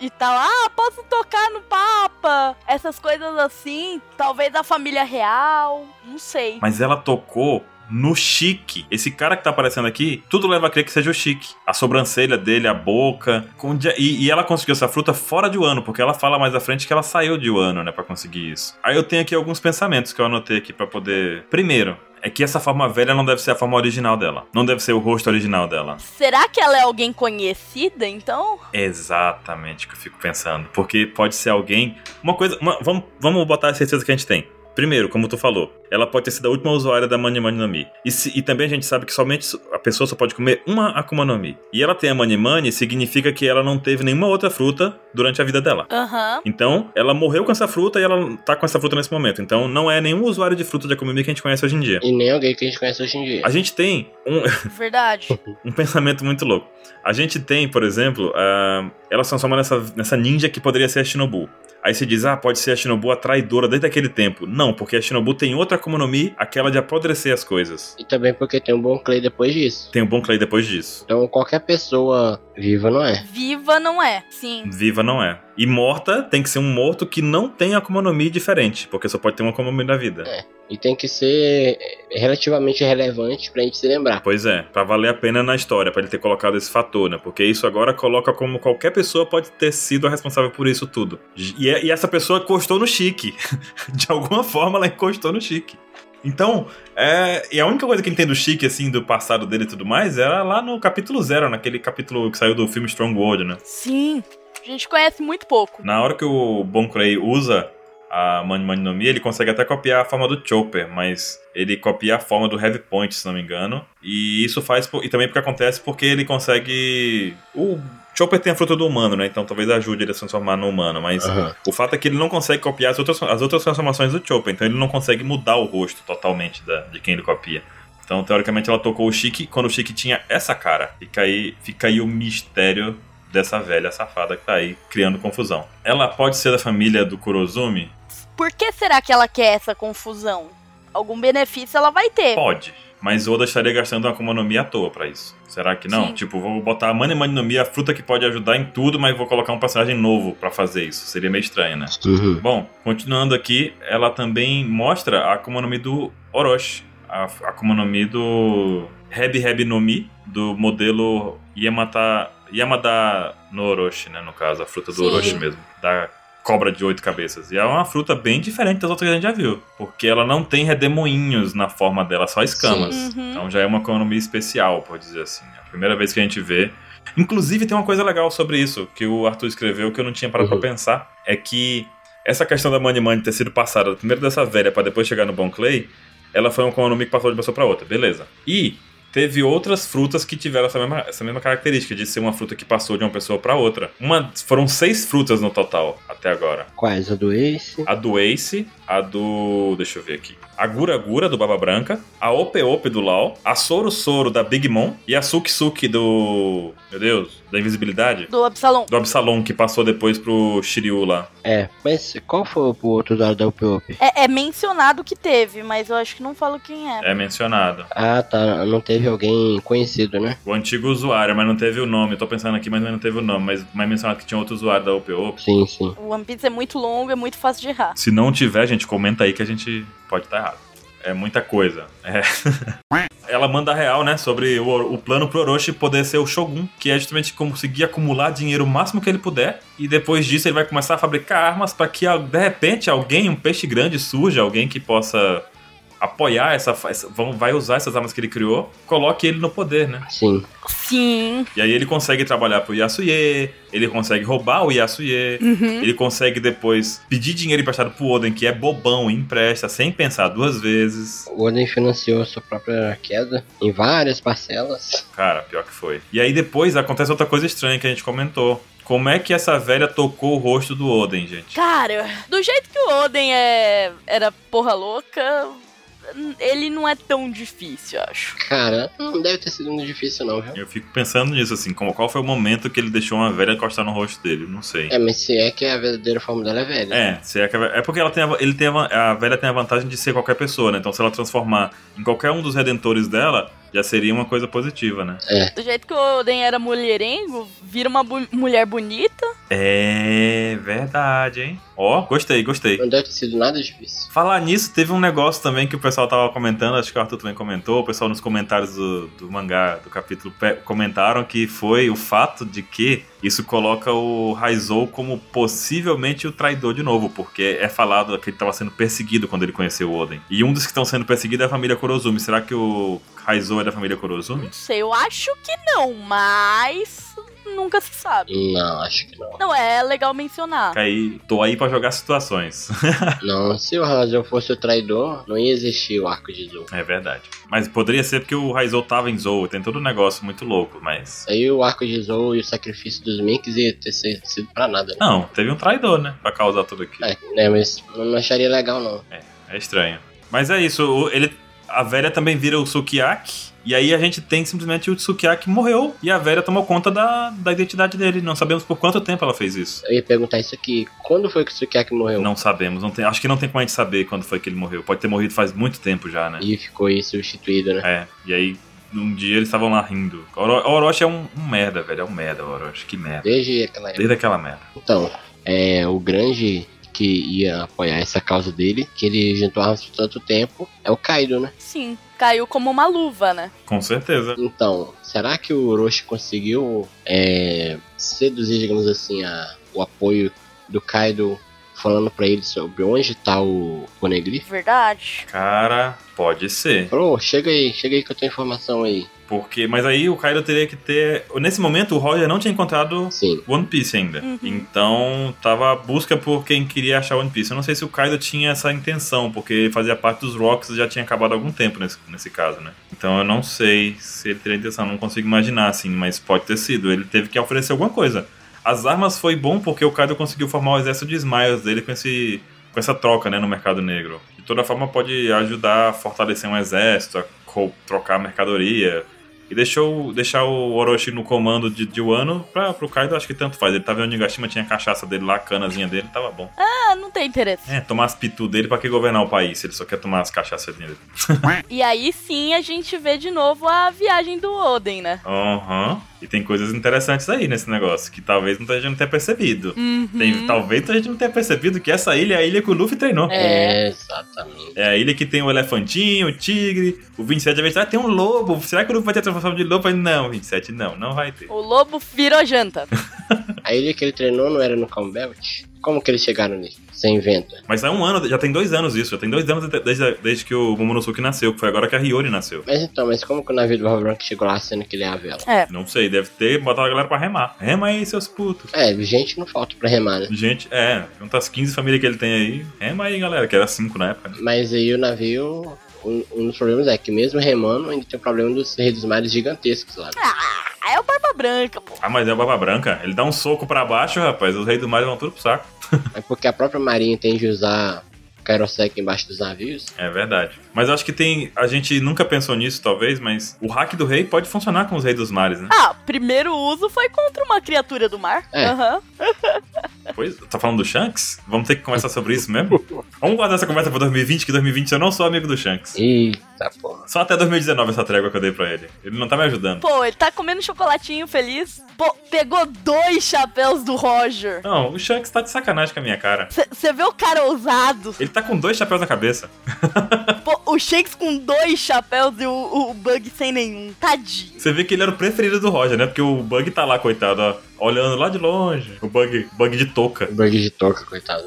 S3: e tal. Ah, posso tocar no papa. Essas coisas assim, talvez a família real, não sei.
S1: Mas ela tocou no Chique. Esse cara que tá aparecendo aqui, tudo leva a crer que seja o Chique. A sobrancelha dele, a boca. com dia- E, e ela conseguiu essa fruta fora de Wano, porque ela fala mais à frente que ela saiu de Wano, né, pra conseguir isso. Aí eu tenho aqui alguns pensamentos que eu anotei aqui pra poder. Primeiro. É que essa forma velha não deve ser a forma original dela. Não deve ser o rosto original dela.
S3: Será que ela é alguém conhecida, então?
S1: Exatamente o que eu fico pensando. Porque pode ser alguém. Uma coisa. uma- vamos, vamos botar a certeza que a gente tem. Primeiro, como tu falou, ela pode ter sido a última usuária da Mani Mani no Mi. E, se- e também a gente sabe que somente so- a pessoa só pode comer uma Akuma no Mi. E ela tem a Mani Mani, significa que ela não teve nenhuma outra fruta durante a vida dela.
S3: Aham.
S1: Então, ela morreu com essa fruta e ela tá com essa fruta nesse momento. Então, não é nenhum usuário de fruta de Akuma no Mi que a gente conhece hoje em dia.
S2: E nem alguém que a gente conhece hoje em dia.
S1: A gente tem um,
S3: Verdade.
S1: um pensamento muito louco. A gente tem, por exemplo, a... ela se transforma nessa, nessa ninja que poderia ser a Shinobu. Aí se diz, ah, pode ser a Shinobu a traidora desde aquele tempo. Não, porque a Shinobu tem outra Akuma no Mi, aquela de apodrecer as coisas.
S2: E também porque tem um Bon Clay depois disso.
S1: Tem o Bon Clay depois disso.
S2: Então qualquer pessoa viva não é.
S3: Viva não é. Sim.
S1: Viva não é. E morta tem que ser um morto que não tem Akuma no Mi diferente, porque só pode ter uma Akuma no Mi na vida.
S2: E tem que ser relativamente relevante pra gente se lembrar.
S1: Pois é, pra valer a pena na história, pra ele ter colocado esse fator, né? Porque isso agora coloca como qualquer pessoa pode ter sido a responsável por isso tudo. E, é, e essa pessoa encostou no chique. De alguma forma, ela encostou no chique. Então, é, e a única coisa que ele tem do chique, assim, do passado dele e tudo mais, era lá no capítulo zero, naquele capítulo que saiu do filme Strong World, né?
S3: Sim. A gente conhece muito pouco.
S1: Na hora que o Bon Clay usa a Mani Mani no Mi, ele consegue até copiar a forma do Chopper, mas ele copia a forma do Heavy Point, se não me engano. E isso faz. por- E também porque acontece porque ele consegue. O Chopper tem a fruta do humano, né? Então talvez ajude ele a se transformar no humano, mas.
S2: Aham.
S1: O fato é que ele não consegue copiar as outras, as outras transformações do Chopper, então ele não consegue mudar o rosto totalmente da- de quem ele copia. Então, teoricamente, ela tocou o Chique quando o Chique tinha essa cara. Fica aí, fica aí o mistério dessa velha safada que tá aí criando confusão. Ela pode ser da família do Kurozumi?
S3: Por que será que ela quer essa confusão? Algum benefício ela vai ter.
S1: Pode. Mas Oda estaria gastando uma Akuma no Mi à toa pra isso. Será que não?
S3: Sim.
S1: Tipo, vou botar a Mani Mani no Mi, a fruta que pode ajudar em tudo, mas vou colocar um personagem novo pra fazer isso. Seria meio estranho, né?
S2: Uhum.
S1: Bom, continuando aqui, ela também mostra a Akuma no Mi do Orochi. A f- a Akuma no Mi do Heb Heb no Mi, do modelo Yamata, Yamada no Orochi, né? No caso, a fruta do
S3: Sim.
S1: Orochi mesmo. Da cobra de oito cabeças. E é uma fruta bem diferente das outras que a gente já viu. Porque ela não tem redemoinhos na forma dela, só escamas.
S3: Sim. Uhum.
S1: Então já é uma Akuma no Mi especial, pode dizer assim. É a primeira né. vez que a gente vê Inclusive, tem uma coisa legal sobre isso que o Arthur escreveu que eu não tinha parado
S2: Uhum.
S1: pra pensar. É que essa questão da Money Money ter sido passada primeiro dessa velha pra depois chegar no Bon Clay, ela foi um economia que passou de uma pessoa pra outra, beleza. E teve outras frutas que tiveram essa mesma, essa mesma característica de ser uma fruta que passou de uma pessoa pra outra. Uma, foram seis frutas no total até agora.
S2: Quais? A do Ace?
S1: A do Ace, a do. Deixa eu ver aqui. A Gura Gura do Baba Branca, a Ope Ope do Lau, a Soro Soro da Big Mom e a Suki Suki do. Meu Deus, da Invisibilidade?
S3: Do Absalom.
S1: Do Absalom que passou depois pro Shiryu lá.
S2: É, mas qual foi o outro lado da Up Up?
S3: É, é mencionado que teve, mas eu acho que não falo quem é.
S1: É mencionado.
S2: Ah, tá. Não teve alguém conhecido, né?
S1: O antigo usuário, mas não teve o nome. Eu tô pensando aqui, mas não teve o nome. Mas, mas mencionado que tinha outro usuário da Ope Ope.
S2: Sim, sim.
S3: O One Piece é muito longo, é muito fácil de errar.
S1: Se não tiver, gente, comenta aí que a gente pode estar errado. É muita coisa. É. Ela manda real, né? Sobre o, o plano pro Orochi poder ser o Shogun, que é justamente conseguir acumular dinheiro o máximo que ele puder. E depois disso ele vai começar a fabricar armas para que al- de repente alguém, um peixe grande, surja, alguém que possa apoiar essa. fa- essa- vão- Vai usar essas armas que ele criou, coloque ele no poder, né?
S2: Sim.
S3: Sim.
S1: E aí ele consegue trabalhar pro Yasuye, ele consegue roubar o Yasuye,
S3: Uhum.
S1: ele consegue depois pedir dinheiro emprestado pro Oden, que é bobão e empresta sem pensar duas vezes.
S2: O Oden financiou sua própria queda em várias parcelas.
S1: Cara, pior que foi. E aí depois acontece outra coisa estranha que a gente comentou. Como é que essa velha tocou o rosto do Oden, gente?
S3: Cara, do jeito que o Oden é, era porra louca, ele não é tão difícil, eu acho.
S2: Cara, não deve ter sido muito difícil, não, viu?
S1: Eu fico pensando nisso, assim, como, qual foi o momento que ele deixou uma velha encostar no rosto dele? Não sei.
S2: É, mas se é que a verdadeira forma dela é velha.
S1: É, se é, que a ve- é porque ela tem a, ele tem a, van- a velha tem a vantagem de ser qualquer pessoa, né? Então se ela transformar em qualquer um dos redentores dela, já seria uma coisa positiva, né?
S3: Do jeito que o Oden era mulherengo, vira uma bu- mulher bonita.
S1: É verdade, hein? Ó, gostei, gostei.
S2: Não deve ter sido nada difícil.
S1: Falar nisso, teve um negócio também que o pessoal tava comentando, acho que o Arthur também comentou, o pessoal nos comentários do, do mangá, do capítulo, pe- comentaram que foi o fato de que isso coloca o Raizou como possivelmente o traidor de novo, porque é falado que ele tava sendo perseguido quando ele conheceu o Oden. E um dos que estão sendo perseguidos é a família Kurozumi. Será que o Raizou é da família Kurozumi?
S3: Não sei, eu acho que não, mas nunca se sabe.
S2: Não, acho que não.
S3: Não, é legal mencionar.
S1: Aí, tô aí pra jogar situações.
S2: Não, se o Hazel fosse o traidor, não ia existir o arco de Zou.
S1: É verdade. Mas poderia ser porque o Raizou tava em Zou, tem todo um negócio muito louco, mas.
S2: Aí o arco de Zou e o sacrifício dos Minks ia ter se- sido pra nada, né?
S1: Não, teve um traidor, né? Pra causar tudo aquilo.
S2: É, né, mas não acharia legal, não.
S1: É estranho. Mas é isso, o- ele, a velha também vira o Sukiyaki. E aí a gente tem simplesmente o Sukiyaki morreu e a velha tomou conta da, da identidade dele. Não sabemos por quanto tempo ela fez isso.
S2: Eu ia perguntar isso aqui. Quando foi que o Tsukiyaki morreu?
S1: Não sabemos, não tem- acho que não tem como a gente saber quando foi que ele morreu. Pode ter morrido faz muito tempo já, né?
S2: E ficou aí substituído, né?
S1: É, e aí um dia eles estavam lá rindo. Oro- Orochi é um, um merda, velho, é um merda, Orochi, que merda.
S2: Desde aquela época.
S1: Desde aquela merda.
S2: Então, é, o grande que ia apoiar essa causa dele, que ele juntou armas por tanto tempo, é o Kaido, né?
S3: Sim, caiu como uma luva, né?
S1: Com certeza.
S2: Então, será que o Orochi conseguiu é, seduzir, digamos assim, a- o apoio do Kaido falando pra ele sobre onde tá o Poneglyph?
S3: Verdade.
S1: Cara, pode ser.
S2: Falou, "Ô, chega aí, chega aí que eu tenho informação aí.
S1: Porque, mas aí o Kaido teria que ter. Nesse momento, o Roger não tinha encontrado
S2: Sim,
S1: One Piece ainda.
S3: Uhum.
S1: Então, tava a busca por quem queria achar One Piece. Eu não sei se o Kaido tinha essa intenção, porque ele fazia parte dos Rocks e já tinha acabado há algum tempo nesse, nesse caso, né? Então, eu não sei se ele teria intenção, não consigo imaginar, assim, mas pode ter sido. Ele teve que oferecer alguma coisa. As armas foi bom porque o Kaido conseguiu formar o exército de Smiles dele com esse. Com essa troca né, no mercado negro. De toda forma, pode ajudar a fortalecer um exército, a co- trocar mercadoria, e deixou deixar o Orochi no comando de, de Wano pra, pro Kaido, acho que tanto faz. Ele tava em Onigashima, tinha a cachaça dele lá, a canazinha dele, tava bom.
S3: Ah, não tem interesse.
S1: É, tomar as pitu dele pra que governar o país, se ele só quer tomar as cachaças dele.
S3: E aí sim a gente vê de novo a viagem do Oden, né?
S1: Aham. E tem coisas interessantes aí nesse negócio, que talvez muita gente não tenha percebido. Tem,
S3: Uhum.
S1: talvez muita gente não tenha percebido que essa ilha é a ilha que o Luffy treinou.
S3: É.
S2: exatamente.
S1: É a ilha que tem o elefantinho, o tigre, o 27 vai ah, tem um lobo. Será que o Luffy vai ter a transformação de lobo? Mas Não, 27 não, não vai ter.
S3: O lobo virou janta.
S2: A ilha que ele treinou não era no Combat? Como que eles chegaram nisso? Você inventa.
S1: Mas há um ano, já tem dois anos isso, já tem dois anos desde, desde que o Momonosuke nasceu, que foi agora que a Hiyori nasceu.
S2: Mas então, mas como que o navio do Barba Branca chegou lá sendo que ele é a vela?
S1: Não sei, deve ter botado a galera pra remar. Rema aí, seus putos.
S2: É, gente não falta pra remar, né?
S1: Gente, é, junta as 15 famílias que ele tem aí. Rema aí, galera, que era 5 na época. né?
S2: Mas aí o navio, um, um dos problemas é que mesmo remando, ainda tem o problema dos reis dos mares gigantescos lá. né?
S3: Ah, é o Barba Branca, pô.
S1: Ah, mas é o Barba Branca. Ele dá um soco pra baixo, rapaz. Os reis do mar vão tudo pro saco.
S2: É porque a própria marinha tende a usar Kairosek embaixo dos navios.
S1: É verdade. Mas eu acho que tem. A gente nunca pensou nisso, talvez, mas o hack do rei pode funcionar com os reis dos mares, né?
S3: Ah, primeiro uso foi contra uma criatura do mar.
S2: É.
S3: Aham.
S1: Pois, tá falando do Shanks? Vamos ter que conversar sobre isso mesmo? Vamos guardar essa conversa pra 2020, que 2020 eu não sou amigo do Shanks.
S2: Eita porra.
S1: Só até 2019 essa trégua que eu dei pra ele. Ele não tá me ajudando.
S3: Pô, ele tá comendo chocolatinho feliz. Pô, pegou dois chapéus do Roger.
S1: Não, o Shanks tá de sacanagem com a minha cara.
S3: Você vê o cara ousado.
S1: Ele tá com dois chapéus na cabeça.
S3: Pô, o Shanks com dois chapéus e o, o Bug sem nenhum. Tadinho.
S1: Você vê que ele era o preferido do Roger, né? Porque o Bug tá lá, coitado, ó, olhando lá de longe. O Bug, Bug de touca.
S2: O Bug de toca, coitado.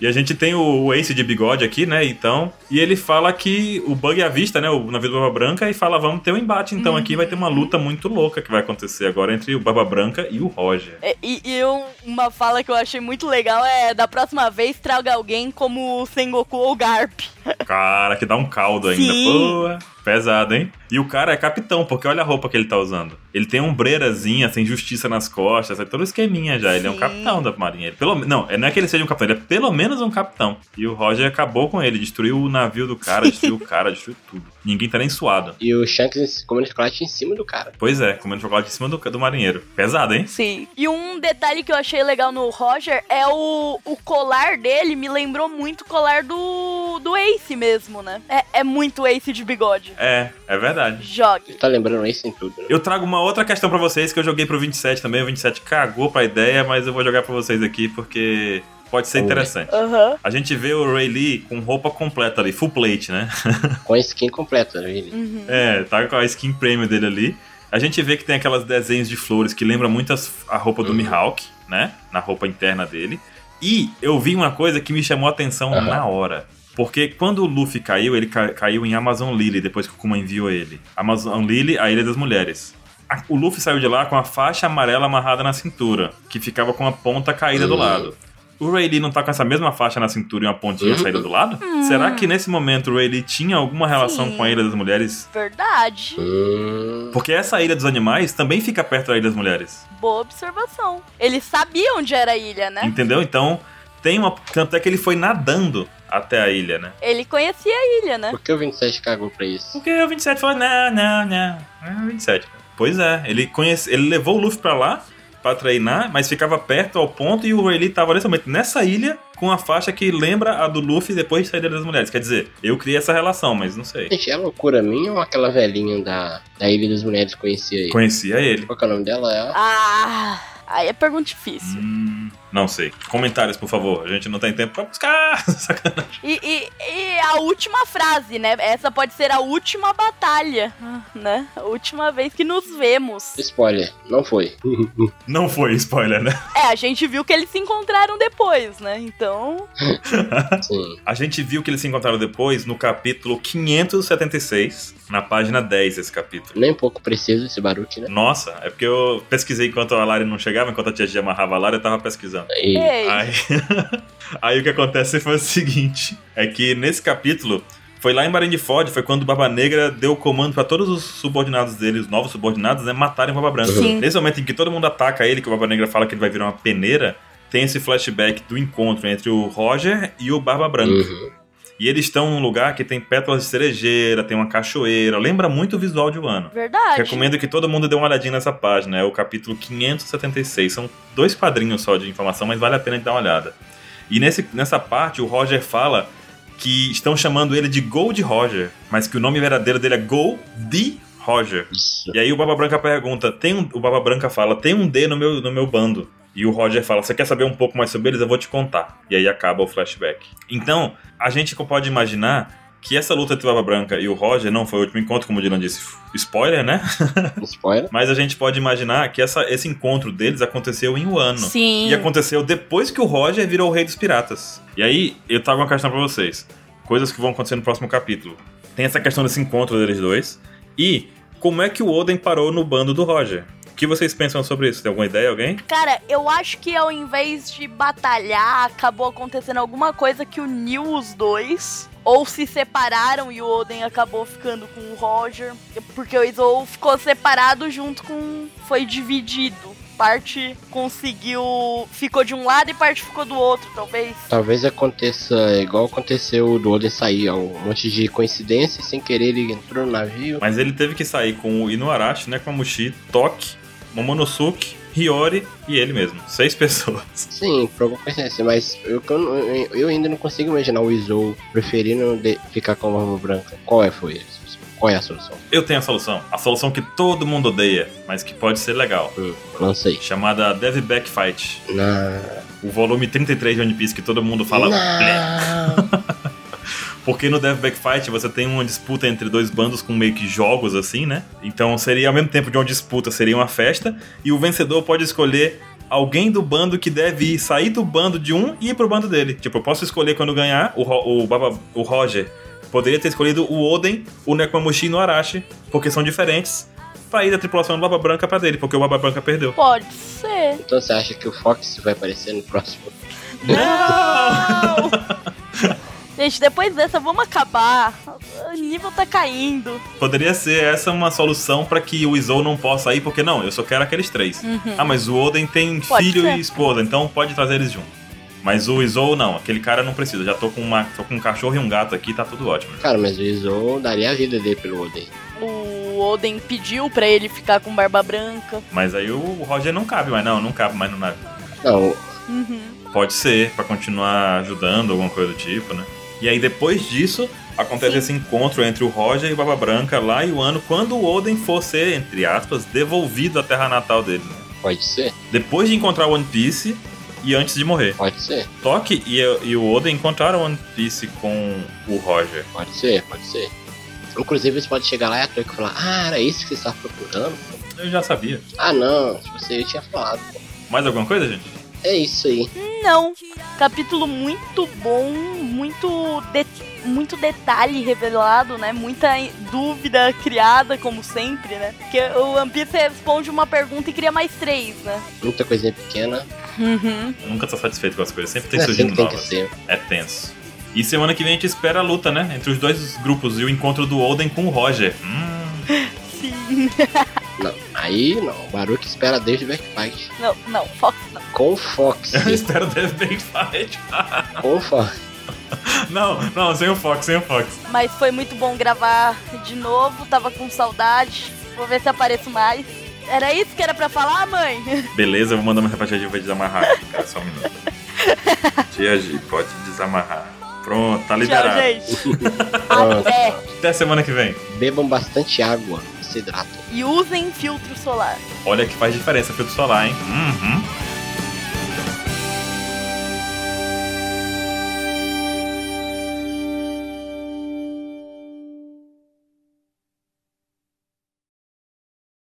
S1: E a gente tem o, o Ace de bigode aqui, né? Então. E ele fala que o Bug avista, né? O navio do Barba Branca e fala: vamos ter um embate então aqui. Vai ter uma luta muito louca que vai acontecer agora entre o Barba Branca e o Roger.
S3: É, E, e eu- uma fala que eu achei muito legal é: da próxima vez traga alguém como o Sengoku ou o Garp.
S1: Cara, que dá um caldo ainda.
S3: Sim.
S1: Boa. Pesado, hein? E o cara é capitão, porque olha a roupa que ele tá usando. Ele tem ombreirazinha, tem justiça nas costas, é todo esqueminha já. Ele é um
S3: Sim.
S1: capitão da marinha. Ele pelo, men- não, não é que ele seja um capitão, ele é pelo menos um capitão. E o Roger acabou com ele, destruiu o navio do cara, destruiu o cara, destruiu tudo. Ninguém tá nem suado.
S2: E o Shanks comendo chocolate em cima do cara.
S1: Pois é, comendo chocolate em cima do, do marinheiro. Pesado, hein?
S3: Sim. E um detalhe que eu achei legal no Roger é o, o colar dele me lembrou muito o colar do, do Ace mesmo, né? É, é muito Ace de bigode.
S1: É, é verdade.
S3: Jogue.
S2: Tá lembrando isso em tudo, né?
S1: Eu trago uma outra questão pra vocês que eu joguei pro 27 também. O 27 cagou pra ideia, mas eu vou jogar pra vocês aqui porque pode ser
S2: Boa.
S1: interessante.
S3: Aham.
S1: A gente vê o Ray Lee com roupa completa ali, full plate, né?
S2: Com a skin completa, né? ele?
S3: Uhum.
S1: É, tá com a skin premium dele ali. A gente vê que tem aquelas desenhos de flores que lembra muito as- a roupa do
S2: Uhum.
S1: Mihawk, né? Na roupa interna dele. E eu vi uma coisa que me chamou a atenção
S2: Aham.
S1: na hora. Porque quando o Luffy caiu, ele ca- caiu em Amazon Lily, depois que o Kuma enviou ele. Amazon Lily, a Ilha das Mulheres. A- o Luffy saiu de lá com a faixa amarela amarrada na cintura, que ficava com a ponta caída do
S2: Uhum.
S1: lado. O Ray Lee não tá com essa mesma faixa na cintura e uma pontinha
S2: Uhum.
S1: saída do lado? Será que nesse momento o Ray Lee tinha alguma relação
S3: Sim.
S1: com a Ilha das Mulheres?
S3: Verdade.
S2: Hum.
S1: Porque essa ilha dos animais também fica perto da ilha das mulheres.
S3: Boa observação. Ele sabia onde era a ilha, né?
S1: Entendeu? Então, tem uma. Tanto é que ele foi nadando até a ilha, né?
S3: Ele conhecia a ilha, né?
S2: Por que o 27 cagou pra isso?
S1: Porque o 27 falou: não, não, não. É o 27. Pois é, ele, conhece, ele levou o Luffy pra lá pra treinar, mas ficava perto ao ponto e o Rayleigh tava nesse momento nessa ilha com a faixa que lembra a do Luffy depois de sair da Ilha das mulheres. Quer dizer, eu criei essa relação, mas não sei.
S2: Gente, é loucura minha ou aquela velhinha da, da Ilha das Mulheres que conhecia ele?
S1: Conhecia ele.
S2: Qual que é o nome dela? É a-
S3: Ah, aí é pergunta difícil.
S1: Hum, não sei. Comentários, por favor. A gente não tem tempo pra buscar.
S3: E, e- e a última frase, né? Essa pode ser a última batalha, né? A última vez que nos vemos.
S2: Spoiler, não foi.
S1: Não foi spoiler, né?
S3: É, a gente viu que eles se encontraram depois, né? Então.
S2: Sim.
S1: A gente viu que eles se encontraram depois no capítulo 576, na página 10 esse capítulo.
S2: Nem um pouco preciso esse Baruque, né?
S1: Nossa, é porque eu pesquisei enquanto a Lari não chegava, enquanto a tia G amarrava a Lari, eu tava pesquisando.
S2: E
S3: Ei,
S1: Aí, aí o que acontece foi o seguinte, é que nesse capítulo, foi lá em Marineford, foi quando o Barba Negra deu o comando pra todos os subordinados dele, os novos subordinados, né, matarem o Barba Branca.
S3: Sim.
S1: Nesse momento em que todo mundo ataca ele, que o Barba Negra fala que ele vai virar uma peneira, tem esse flashback do encontro entre o Roger e o Barba Branca.
S3: Hum.
S2: Uhum.
S1: E eles estão num lugar que tem pétalas de cerejeira, tem uma cachoeira, lembra muito o visual de Wano.
S3: verdade.
S1: Recomendo que todo mundo dê uma olhadinha nessa página, é o capítulo 576. São dois quadrinhos só de informação, mas vale a pena dar uma olhada. E nesse, nessa parte, o Roger fala que estão chamando ele de Gold Roger, mas que o nome verdadeiro dele é Gold D. Roger.
S2: Isso.
S1: E aí o Baba Branca pergunta, tem um, o Baba Branca fala, tem um D no meu, no meu bando. E o Roger fala, você quer saber um pouco mais sobre eles? Eu vou te contar. E aí acaba o flashback. Então, a gente pode imaginar que essa luta entre o Barba Branca e o Roger não foi o último encontro, como o Dylan disse, spoiler, né?
S2: Spoiler.
S1: Mas a gente pode imaginar que essa, esse encontro deles aconteceu em um ano.
S3: Sim.
S1: E aconteceu depois que o Roger virou o rei dos piratas. E aí, eu trago uma questão pra vocês. Coisas que vão acontecer no próximo capítulo. Tem essa questão desse encontro deles dois. E como é que o Oden parou no bando do Roger? O que vocês pensam sobre isso? Tem alguma ideia, alguém?
S3: Cara, eu acho que ao invés de batalhar, acabou acontecendo alguma coisa que uniu os dois. Ou se separaram e o Oden acabou ficando com o Roger. Porque o Izou ficou separado junto com. Foi dividido. Parte conseguiu. Ficou de um lado e parte ficou do outro, talvez.
S2: Talvez aconteça igual aconteceu o do Odin sair, ó, um monte de coincidência, e sem querer ele entrou no navio.
S1: Mas ele teve que sair com o Inuarashi, Nekomamushi, Toki, Momonosuke, Hiyori e ele mesmo. Seis pessoas.
S2: Sim, por alguma coincidência, mas eu, eu não- eu ainda não consigo imaginar o Izou preferindo de- ficar com a Barba Branca. Qual é foi a solução? Qual é a solução?
S1: Eu tenho a solução. A solução que todo mundo odeia, mas que pode ser legal.
S2: Hum, não sei.
S1: Chamada Dev Back Fight.
S2: Na...
S1: O volume 33 de One Piece que todo mundo fala. "Bleh".
S2: Não.
S1: Porque no Dev Back Fight você tem uma disputa entre dois bandos com meio que jogos assim, né? Então seria ao mesmo tempo de uma disputa, seria uma festa. E o vencedor pode escolher alguém do bando que deve ir, sair do bando de um e ir pro bando dele. Tipo, eu posso escolher quando ganhar o, Ro- o, Baba- o Roger. Poderia ter escolhido o Oden, o Nekomamushi e o Arashi, porque são diferentes, pra ir da tripulação do Baba Branca pra dele, porque o Baba Branca perdeu.
S3: Pode ser.
S2: Então você acha que o Fox vai aparecer no próximo?
S3: Não! Gente, depois dessa, vamos acabar. O nível tá caindo.
S1: Poderia ser essa uma solução pra que o Izou não possa ir, porque não, eu só quero aqueles três.
S3: Uhum.
S1: Ah, mas o Oden tem
S3: Pode
S1: filho
S3: ser.
S1: e esposa, então pode trazer eles junto. Mas o Izou não, aquele cara não precisa. Já tô com, uma, tô com um cachorro e um gato aqui, tá tudo ótimo.
S2: Cara, mas o Izou daria a vida dele pelo Odin.
S3: O Oden pediu pra ele ficar com barba branca.
S1: Mas aí o Roger não cabe mais, não, não cabe mais no navio.
S2: Não,
S3: Uhum.
S1: Pode ser, pra continuar ajudando, alguma coisa do tipo, né? E aí depois disso, acontece
S3: Sim.
S1: esse encontro entre o Roger e o Baba Branca lá e o ano, quando o Oden for ser, entre aspas, devolvido à terra natal dele, né?
S2: pode ser,
S1: depois de encontrar One Piece e antes de morrer.
S2: pode ser,
S1: Toque e, e o Oda encontraram One Piece com o Roger.
S2: pode ser, pode ser. Inclusive você pode chegar lá e a Toei falar, ah, era isso que você estava procurando?
S1: Eu já sabia.
S2: Ah não, tipo assim, eu tinha falado.
S1: Mais alguma coisa, gente?
S2: É isso aí.
S3: Não. Capítulo muito bom, muito, de- muito detalhe revelado, né? Muita i- dúvida criada, como sempre, né? Porque o One Piece responde uma pergunta e cria mais três, né?
S2: Muita coisinha pequena.
S3: Uhum.
S1: Eu nunca tô satisfeito com as coisas. Sempre tem
S2: É assim
S1: surgindo
S2: que tem que
S1: novas.
S2: ser.
S1: É tenso. E semana que vem a gente espera a luta, né? Entre os dois grupos e o encontro do Oden com o Roger. Hum,
S3: Sim.
S2: Não, aí não. O Baruch espera desde o backpack.
S3: Não, não, Fox não.
S2: Com o Fox.
S1: eu espero Death Bank Fight.
S2: com o Fox.
S1: Não, não, sem o Fox, sem o Fox.
S3: Mas foi muito bom gravar de novo, tava com saudade. Vou ver se apareço mais. Era isso que era pra falar, mãe?
S1: Beleza, eu vou mandar uma rebaixadinha desamarrar aqui, cara, só um minuto. Tia G, pode desamarrar. Pronto, tá
S3: Tchau,
S1: liberado.
S3: gente. É,
S2: Pronto.
S3: Até.
S1: Até semana que vem.
S2: Bebam bastante água. Se hidratam.
S3: E usem filtro solar.
S1: Olha que faz diferença filtro solar, hein? Uhum.